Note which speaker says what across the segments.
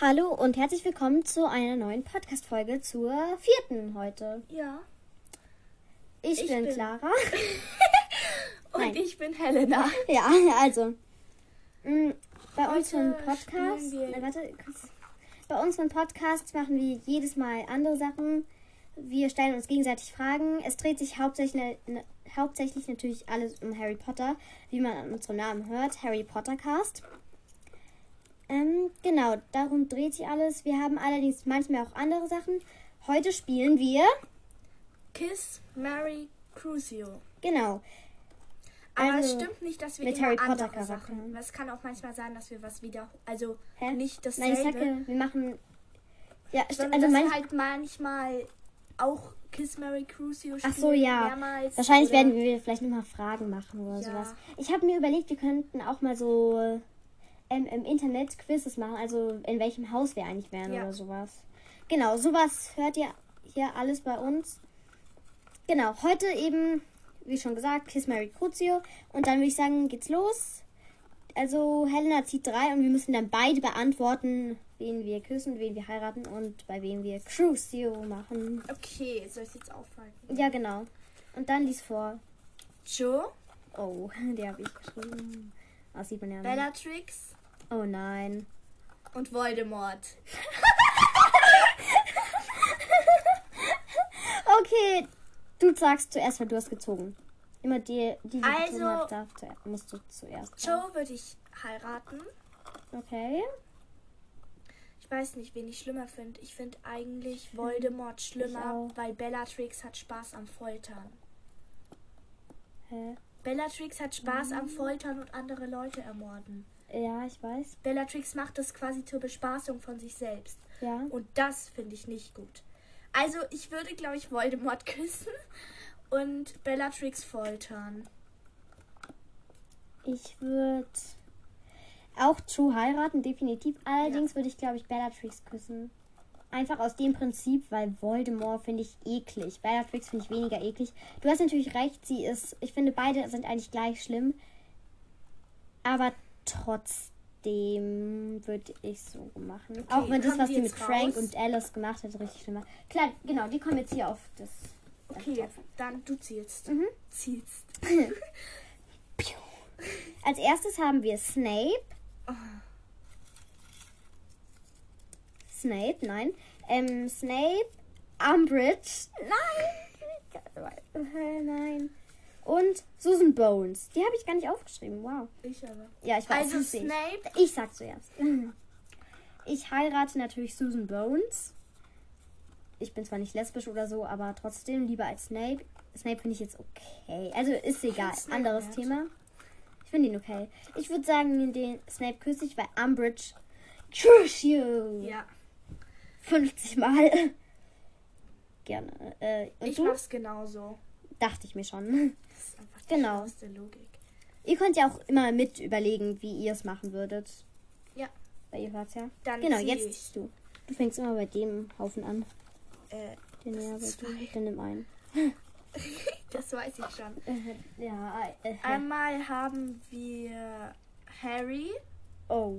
Speaker 1: Hallo und herzlich willkommen zu einer neuen Podcast-Folge zur vierten heute.
Speaker 2: Ja.
Speaker 1: Ich,
Speaker 2: Ich
Speaker 1: bin,
Speaker 2: bin-
Speaker 1: Clara.
Speaker 2: Und
Speaker 1: Nein.
Speaker 2: ich bin Helena.
Speaker 1: ja, also. mm, Bei
Speaker 2: Heute
Speaker 1: unserem
Speaker 2: spielen
Speaker 1: Podcast.
Speaker 2: wir-
Speaker 1: Nein, warte, kurz. Bei unseren Podcasts machen wir jedes Mal andere Sachen. Wir stellen uns gegenseitig Fragen. Es dreht sich hauptsächlich, ne, hauptsächlich natürlich alles um Harry Potter, wie man an unserem Namen hört: Harry Potter Cast. Ähm, genau, darum dreht sich alles. Wir haben allerdings manchmal auch andere Sachen. Heute spielen wir.
Speaker 2: Kiss Mary Crucio.
Speaker 1: Genau.
Speaker 2: Aber
Speaker 1: Also,
Speaker 2: es stimmt nicht, dass wir
Speaker 1: mit
Speaker 2: immer
Speaker 1: Harry Potter
Speaker 2: andere
Speaker 1: Charakteren.
Speaker 2: Sachen. Es kann auch manchmal sein, dass wir was wieder, also
Speaker 1: Hä?
Speaker 2: nicht
Speaker 1: Nein, ich
Speaker 2: dasselbe,
Speaker 1: sage, wir machen. Ja, st-
Speaker 2: sondern
Speaker 1: also
Speaker 2: dass
Speaker 1: manchmal.
Speaker 2: halt manchmal auch Kiss Mary Crucio
Speaker 1: Ach
Speaker 2: spielen.
Speaker 1: so, ja.
Speaker 2: Mehrmals,
Speaker 1: Wahrscheinlich
Speaker 2: oder-
Speaker 1: werden wir vielleicht nochmal Fragen machen oder
Speaker 2: Ja.
Speaker 1: sowas. Ich habe mir überlegt, wir könnten auch mal so ähm, im Internet Quizzes machen, also in welchem Haus wir eigentlich wären
Speaker 2: Ja.
Speaker 1: oder sowas. Genau, sowas hört ihr hier alles bei uns. Genau, heute eben, wie schon gesagt, Kiss Mary Crucio. Und dann würde ich sagen, geht's los. Also Helena zieht drei und wir müssen dann beide beantworten, wen wir küssen, wen wir heiraten und bei wem wir Crucio machen.
Speaker 2: Okay, soll ich jetzt aufhalten?
Speaker 1: Ja, genau. Und dann lies vor.
Speaker 2: Joe,
Speaker 1: Oh, die habe ich geschrieben. Ah, sieht man ja nicht.
Speaker 2: Bellatrix
Speaker 1: Oh nein.
Speaker 2: und Voldemort.
Speaker 1: Okay, du sagst zuerst, weil du hast gezogen. Immer die, die, die
Speaker 2: Also-
Speaker 1: gezogen hat, darf zuer- musst du zuerst. sagen.
Speaker 2: Joe würde ich heiraten.
Speaker 1: Okay.
Speaker 2: Ich weiß nicht, wen ich schlimmer finde. Ich finde eigentlich Voldemort schlimmer,
Speaker 1: auch.
Speaker 2: weil Bellatrix hat Spaß am Foltern.
Speaker 1: Hä?
Speaker 2: Bellatrix hat Spaß
Speaker 1: Mhm.
Speaker 2: am Foltern und andere Leute ermorden.
Speaker 1: Ja, ich weiß.
Speaker 2: Bellatrix macht das quasi zur Bespaßung von sich selbst.
Speaker 1: Ja.
Speaker 2: Und das finde ich nicht gut. Also, ich würde, glaube ich, Voldemort küssen und Bellatrix foltern.
Speaker 1: Ich würde auch True heiraten, definitiv. Allerdings würde ich, glaube ich, Bellatrix küssen. Einfach aus dem Prinzip, weil Voldemort finde ich eklig. Bellatrix finde ich weniger eklig. Du hast natürlich recht, sie ist. Ich finde, beide sind eigentlich gleich schlimm. Aber trotzdem würde ich so machen. Auch wenn das,
Speaker 2: kommen
Speaker 1: was
Speaker 2: die
Speaker 1: sie mit
Speaker 2: jetzt
Speaker 1: Frank
Speaker 2: raus?
Speaker 1: und Alice gemacht hat, richtig schlimm war. Klar, genau, die kommen jetzt hier auf das.
Speaker 2: Okay, dann du zielst.
Speaker 1: Mhm.
Speaker 2: Zielst.
Speaker 1: Als erstes haben wir Snape. Snape, nein. Ähm, Snape, Umbridge, nein. Äh, Nein. Und Susan Bones. Die habe ich gar nicht aufgeschrieben. Wow.
Speaker 2: Ich aber.
Speaker 1: Ja, ich war
Speaker 2: Also,
Speaker 1: auf Snape.
Speaker 2: Snape.
Speaker 1: Ich sag zuerst. Ich heirate natürlich Susan Bones. Ich bin zwar nicht lesbisch oder so, aber trotzdem lieber als Snape. Snape finde ich jetzt okay. Also ist egal.
Speaker 2: find's Snape
Speaker 1: Anderes
Speaker 2: wert.
Speaker 1: Thema. Ich finde ihn okay. Ich würde sagen, den Snape küsse ich, weil Umbridge. Crush you!
Speaker 2: Ja,
Speaker 1: 50 Mal. Gerne. Äh, und
Speaker 2: ich
Speaker 1: du?
Speaker 2: mach's genauso.
Speaker 1: Dachte ich mir schon.
Speaker 2: Das ist einfach die
Speaker 1: Genau.
Speaker 2: schlauste Logik.
Speaker 1: Ihr könnt ja auch immer mit überlegen, wie ihr es machen würdet.
Speaker 2: Ja.
Speaker 1: Weil ihr hört's ja.
Speaker 2: Dann
Speaker 1: genau,
Speaker 2: zieh
Speaker 1: jetzt
Speaker 2: ich.
Speaker 1: ziehst du. Du fängst immer bei dem Haufen an.
Speaker 2: Äh,
Speaker 1: Den
Speaker 2: Das
Speaker 1: näher
Speaker 2: sind
Speaker 1: wird
Speaker 2: zwei.
Speaker 1: du. Dann nimm einen.
Speaker 2: das weiß ich schon.
Speaker 1: Ja, äh,
Speaker 2: Einmal haben wir Harry,
Speaker 1: Oh.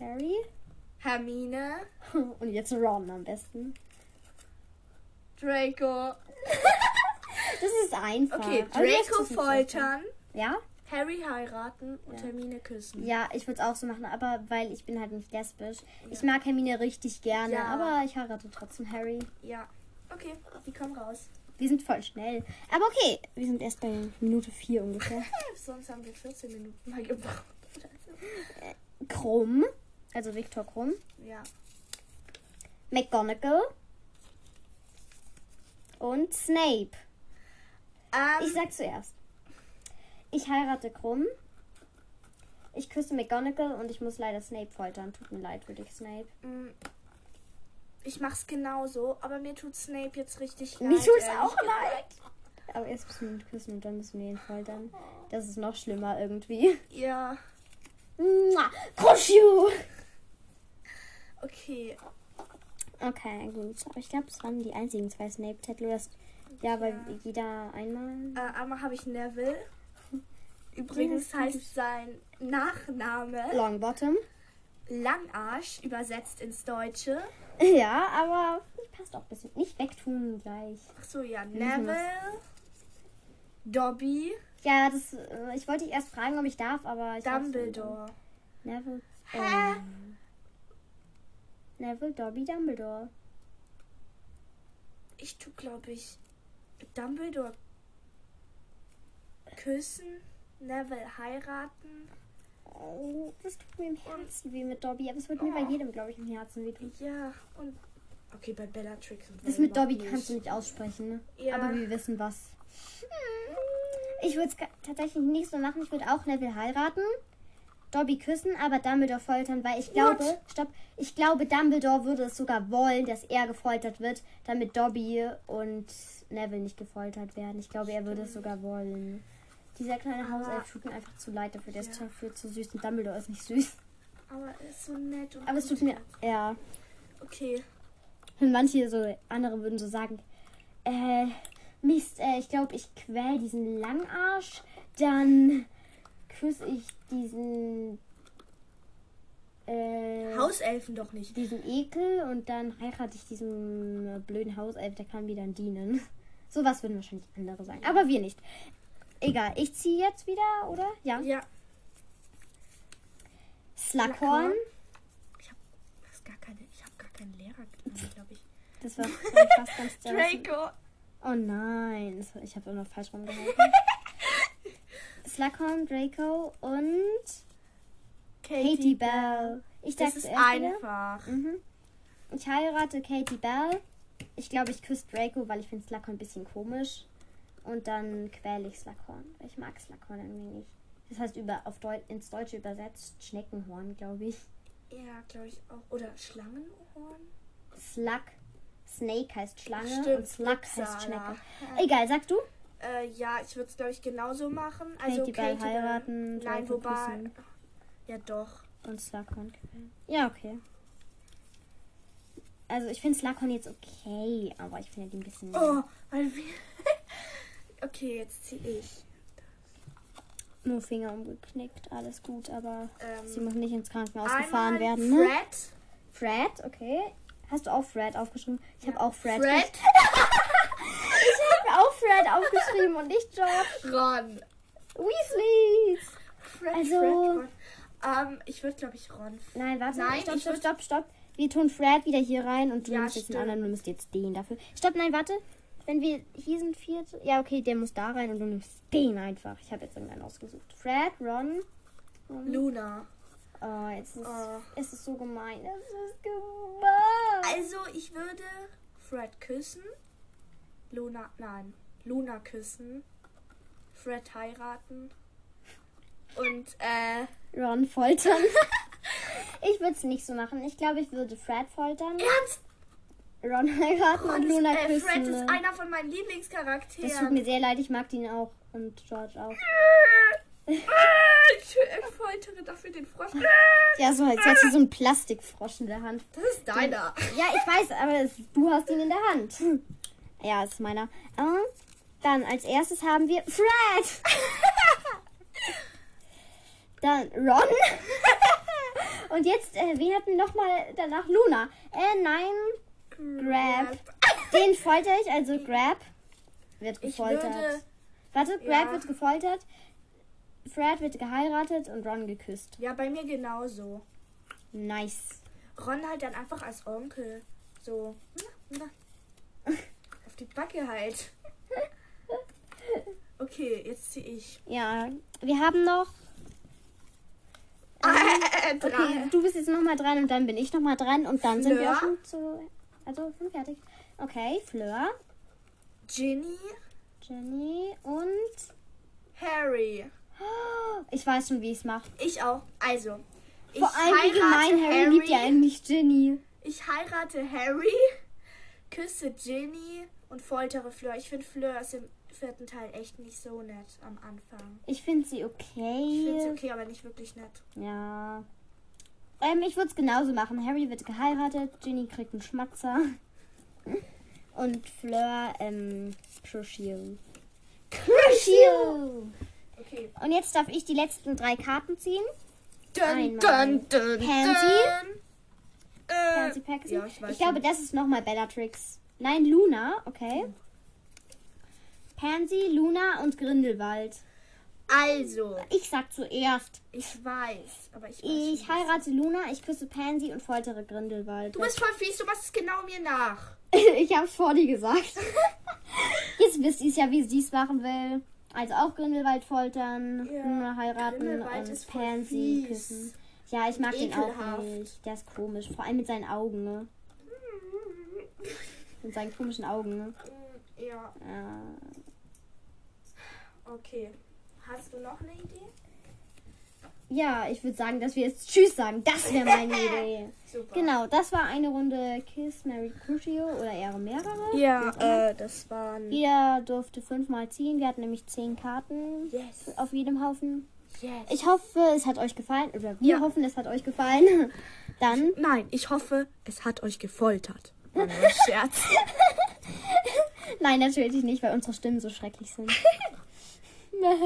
Speaker 1: Harry?
Speaker 2: Hermine,
Speaker 1: Und jetzt Ron am besten.
Speaker 2: Draco.
Speaker 1: Das ist einfach.
Speaker 2: Okay,
Speaker 1: Aber du hast
Speaker 2: Draco
Speaker 1: es nicht so einfach.
Speaker 2: foltern,
Speaker 1: Ja?
Speaker 2: Harry heiraten und
Speaker 1: Ja.
Speaker 2: Hermine küssen.
Speaker 1: Ja, ich würde es auch so machen, aber weil ich bin halt nicht lesbisch. Ich mag Hermine richtig gerne,
Speaker 2: Ja.
Speaker 1: aber ich heirate trotzdem Harry.
Speaker 2: Ja. Okay, die kommen raus.
Speaker 1: Wir sind voll schnell. Aber okay, wir sind erst bei Minute 4 ungefähr.
Speaker 2: Sonst haben wir 14 Minuten mal gebraucht. oder so.
Speaker 1: Krumm, also Viktor Krumm.
Speaker 2: Ja.
Speaker 1: McGonagall. Und Snape.
Speaker 2: Ähm,
Speaker 1: Ich sag zuerst. Ich heirate Krumm. Ich küsse McGonagall und ich muss leider Snape foltern. Tut mir leid für dich, Snape.
Speaker 2: mm, ich mach's genauso, aber mir tut Snape jetzt richtig leid.
Speaker 1: Mir tut's
Speaker 2: ehrlich
Speaker 1: auch
Speaker 2: gesagt.
Speaker 1: leid. Aber erst müssen wir ihn küssen und dann müssen wir ihn foltern. Das ist noch schlimmer irgendwie.
Speaker 2: Ja.
Speaker 1: Mua. Crush you!
Speaker 2: Okay.
Speaker 1: Okay, gut. Aber ich glaube, es waren die einzigen zwei Snape-Zettel. Das Ja, weil jeder einmal.
Speaker 2: Äh, einmal habe ich Neville. Übrigens heißt sein Nachname
Speaker 1: Longbottom.
Speaker 2: Langarsch, übersetzt ins Deutsche.
Speaker 1: Ja, aber passt auch ein bisschen. Nicht wegtun gleich.
Speaker 2: Ach so, ja, Neville, Dobby,
Speaker 1: Ja, das. Äh, ich wollte dich erst fragen, ob ich darf, aber ich. hab's
Speaker 2: Dumbledore.
Speaker 1: nicht. Neville.
Speaker 2: Hä?
Speaker 1: ähm, Neville, Dobby, Dumbledore.
Speaker 2: Ich tu, glaube ich, Dumbledore küssen, Neville heiraten.
Speaker 1: Oh, das tut mir im Herzen weh mit Dobby, aber es wird mir bei jedem, glaube ich, im Herzen weh tun.
Speaker 2: Ja, und. Okay, bei Bellatrix und
Speaker 1: Das mit
Speaker 2: Voldemort
Speaker 1: Dobby kannst du nicht aussprechen, ne?
Speaker 2: Ja.
Speaker 1: Aber wir wissen was. Ich würde es tatsächlich nicht so machen. Ich würde auch Neville heiraten, Dobby küssen, aber Dumbledore foltern, weil ich glaube,
Speaker 2: What?
Speaker 1: stopp, ich glaube, Dumbledore würde es sogar wollen, dass er gefoltert wird, damit Dobby und Neville nicht gefoltert werden. Ich glaube, er würde es sogar wollen. Dieser kleine
Speaker 2: Aber-
Speaker 1: Hauself tut mir einfach zu leid dafür, der ist
Speaker 2: Ja.
Speaker 1: dafür zu süß und Dumbledore ist nicht süß.
Speaker 2: Aber er ist so nett und.
Speaker 1: Aber es tut mir, ja.
Speaker 2: Okay.
Speaker 1: Und Hm, manche so, andere würden so sagen, äh, Mist, äh, ich glaube, ich quäl diesen Langarsch, dann küsse ich diesen, äh,
Speaker 2: Hauselfen doch nicht.
Speaker 1: diesen Ekel und dann heirate ich diesen äh, blöden Hauself, der kann mir dann dienen. Sowas würden wahrscheinlich andere sagen, aber wir nicht. Egal, ich ziehe jetzt wieder, oder? Ja.
Speaker 2: Ja,
Speaker 1: Slughorn.
Speaker 2: das ist gar keine. Ich habe gar keinen Lehrer, glaube ich.
Speaker 1: Das war fast ganz
Speaker 2: Draco.
Speaker 1: Oh nein, das- ich habe immer falsch rumgehalten. Slughorn, Draco und Katie Bell. Ich
Speaker 2: Das
Speaker 1: dachte
Speaker 2: ist
Speaker 1: erst wieder,
Speaker 2: einfach.
Speaker 1: Mhm. Ich heirate Katie Bell. Ich glaube, ich küsse Draco, weil ich finde Slughorn ein bisschen komisch. Und dann quäle ich Slughorn. weil Ich mag Slughorn irgendwie nicht. Das heißt über, auf Deu ins Deutsche übersetzt Schneckenhorn, glaube ich.
Speaker 2: Ja, glaube ich auch. Oder Schlangenohren.
Speaker 1: Slug. Snake heißt Schlange
Speaker 2: Stimmt,
Speaker 1: und Slug
Speaker 2: Uppsala.
Speaker 1: heißt Schnecke. Egal, sagst du?
Speaker 2: Äh, ja, ich würde es, glaube ich, genauso machen. Also
Speaker 1: Katie Bell heiraten,
Speaker 2: Nein,
Speaker 1: Draco
Speaker 2: wobei.
Speaker 1: küssen.
Speaker 2: Ja, doch.
Speaker 1: Und Slughorn. Ja, okay. Also ich finde Slughorn jetzt okay, aber ich finde die ein bisschen...
Speaker 2: Oh, weil wir. okay, jetzt ziehe ich.
Speaker 1: Nur Finger umgeknickt, alles gut, aber sie
Speaker 2: Ähm,
Speaker 1: muss nicht ins Krankenhaus
Speaker 2: einmal
Speaker 1: gefahren werden. Ne?
Speaker 2: Fred.
Speaker 1: Fred, okay. Hast du auch Fred aufgeschrieben? Ich habe auch Fred.
Speaker 2: Fred.
Speaker 1: Ich habe auch Fred aufgeschrieben und nicht George.
Speaker 2: Ron.
Speaker 1: Weasleys.
Speaker 2: Fred,
Speaker 1: Also-
Speaker 2: Fred, Ron. Ähm, ich würde, glaube ich, Ron.
Speaker 1: Nein, warte,
Speaker 2: Nein,
Speaker 1: stopp,
Speaker 2: ich
Speaker 1: stopp,
Speaker 2: würd-
Speaker 1: stopp, stopp. Wir tun Fred wieder hier rein und du
Speaker 2: Ja,
Speaker 1: nimmst jetzt
Speaker 2: stimmt.
Speaker 1: einen anderen, du nimmst jetzt den dafür. Stopp, nein, warte. Wenn wir hier sind, vierte. Ja, okay, der muss da rein und du nimmst den einfach. Ich habe jetzt irgendeinen ausgesucht. Fred, Ron. Ron.
Speaker 2: Luna.
Speaker 1: Oh, jetzt ist,
Speaker 2: Oh.
Speaker 1: es ist so gemein. Es ist gemein.
Speaker 2: Also, ich würde Fred küssen. Luna, nein, Luna küssen. Fred heiraten. Und, äh,
Speaker 1: Ron foltern. ich würde es nicht so machen. Ich glaube, ich würde Fred foltern,
Speaker 2: ernst?
Speaker 1: Ron heiraten und Luna
Speaker 2: äh,
Speaker 1: küssen.
Speaker 2: Fred ist
Speaker 1: ne?
Speaker 2: einer von meinen
Speaker 1: das tut
Speaker 2: Lieblingscharakteren.
Speaker 1: mir sehr leid. Ich mag ihn auch und George auch.
Speaker 2: Äh, äh, ich äh, foltere dafür den Frosch. Äh,
Speaker 1: Ja, so als hättest du so einen Plastikfrosch in der Hand.
Speaker 2: Das ist deiner.
Speaker 1: Ja, ich weiß, aber es, du hast ihn in der Hand. Hm. Ja, ist meiner. Ähm, dann als erstes haben wir Fred. dann Ron. Und jetzt, äh, wen hatten wir nochmal danach? Luna. Äh, nein, Grab. Den folter ich, also Grab wird
Speaker 2: Ich
Speaker 1: gefoltert.
Speaker 2: würde,
Speaker 1: Warte, Grab
Speaker 2: ja.
Speaker 1: wird gefoltert. Fred wird geheiratet und Ron geküsst.
Speaker 2: ja, bei mir genauso.
Speaker 1: Nice.
Speaker 2: Ron halt dann einfach als Onkel. So. na, na. Auf die Backe halt. Okay, jetzt ziehe ich.
Speaker 1: Ja, wir haben noch
Speaker 2: Äh, drei.
Speaker 1: Ähm, Okay, du bist jetzt nochmal dran und dann bin ich nochmal dran und dann sind wir
Speaker 2: Fleur?
Speaker 1: auch schon zu. Also schon fertig. Okay, Fleur,
Speaker 2: Ginny,
Speaker 1: Jenny und.
Speaker 2: Harry.
Speaker 1: Oh, Ich weiß schon, wie ich es mache.
Speaker 2: Ich auch. Also, ich
Speaker 1: Vor allem, wie gemein, Harry, liebt ja eigentlich Jenny.
Speaker 2: Ich heirate Harry, küsse Ginny und foltere Fleur. Ich finde Fleur ist im vierten Teil echt nicht so nett am Anfang.
Speaker 1: Ich finde sie
Speaker 2: Ich
Speaker 1: okay.
Speaker 2: finde sie okay, aber nicht wirklich nett.
Speaker 1: Ja. Ähm, ich würde es genauso machen. Harry wird geheiratet, Ginny kriegt einen Schmatzer. und Fleur ähm, Crucio.
Speaker 2: Okay.
Speaker 1: Und jetzt darf ich die letzten drei Karten ziehen.
Speaker 2: Dun,
Speaker 1: Einmal.
Speaker 2: dun, dun,
Speaker 1: Pansy?
Speaker 2: dun. Äh,
Speaker 1: Pansy Parkinson.
Speaker 2: ja, ich
Speaker 1: ich
Speaker 2: weiß
Speaker 1: glaube, das ist nochmal Bellatrix. Nein, Luna,
Speaker 2: Oh.
Speaker 1: okay. Pansy, Luna und Grindelwald.
Speaker 2: Also,
Speaker 1: Ich sag zuerst.
Speaker 2: ich weiß, aber ich weiß
Speaker 1: Ich
Speaker 2: nicht.
Speaker 1: heirate Luna, ich küsse Pansy und foltere Grindelwald.
Speaker 2: Du bist voll fies, du machst es genau mir nach.
Speaker 1: ich hab's vor dir gesagt. Jetzt wisst ihr's ja, wie sie's machen will. Also auch Grindelwald foltern,
Speaker 2: Ja,
Speaker 1: Luna heiraten
Speaker 2: Grindelwald
Speaker 1: und
Speaker 2: ist voll
Speaker 1: Pansy
Speaker 2: fies.
Speaker 1: küssen. Ja, ich mag den auch
Speaker 2: Ekelhaft.
Speaker 1: nicht. Der ist komisch. Vor allem mit seinen Augen, ne?
Speaker 2: Mm,
Speaker 1: Mit seinen komischen Augen, ne?
Speaker 2: Ja,
Speaker 1: Äh,
Speaker 2: okay. Hast du noch eine Idee?
Speaker 1: ja, ich würde sagen, dass wir jetzt Tschüss sagen. Das wäre meine Idee.
Speaker 2: Super.
Speaker 1: Genau, das war eine Runde Kiss, Mary Crucio oder eher mehrere.
Speaker 2: Ja, äh, das waren.
Speaker 1: Jeder durfte fünfmal ziehen. Wir hatten nämlich zehn Karten
Speaker 2: Yes.
Speaker 1: auf jedem Haufen.
Speaker 2: Yes.
Speaker 1: Ich hoffe, es hat euch gefallen. Oder wir
Speaker 2: Ja.
Speaker 1: hoffen, es hat euch gefallen. Dann
Speaker 2: Nein, ich hoffe, es hat euch gefoltert. War nur ein Scherz.
Speaker 1: Nein, natürlich nicht, weil unsere Stimmen so schrecklich sind.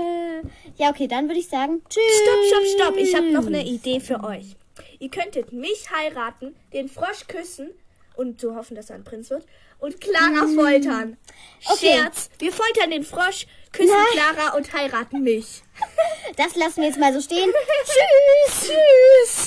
Speaker 1: ja, okay, dann würde ich sagen, tschüss.
Speaker 2: Stopp, stopp, stopp. Ich habe noch eine Idee für euch. Ihr könntet mich heiraten, den Frosch küssen und so hoffen, dass er ein Prinz wird und Clara foltern.
Speaker 1: Okay.
Speaker 2: Scherz. Wir foltern den Frosch, küssen Clara und heiraten mich.
Speaker 1: Das lassen wir jetzt mal so stehen.
Speaker 2: Tschüss. Tschüss.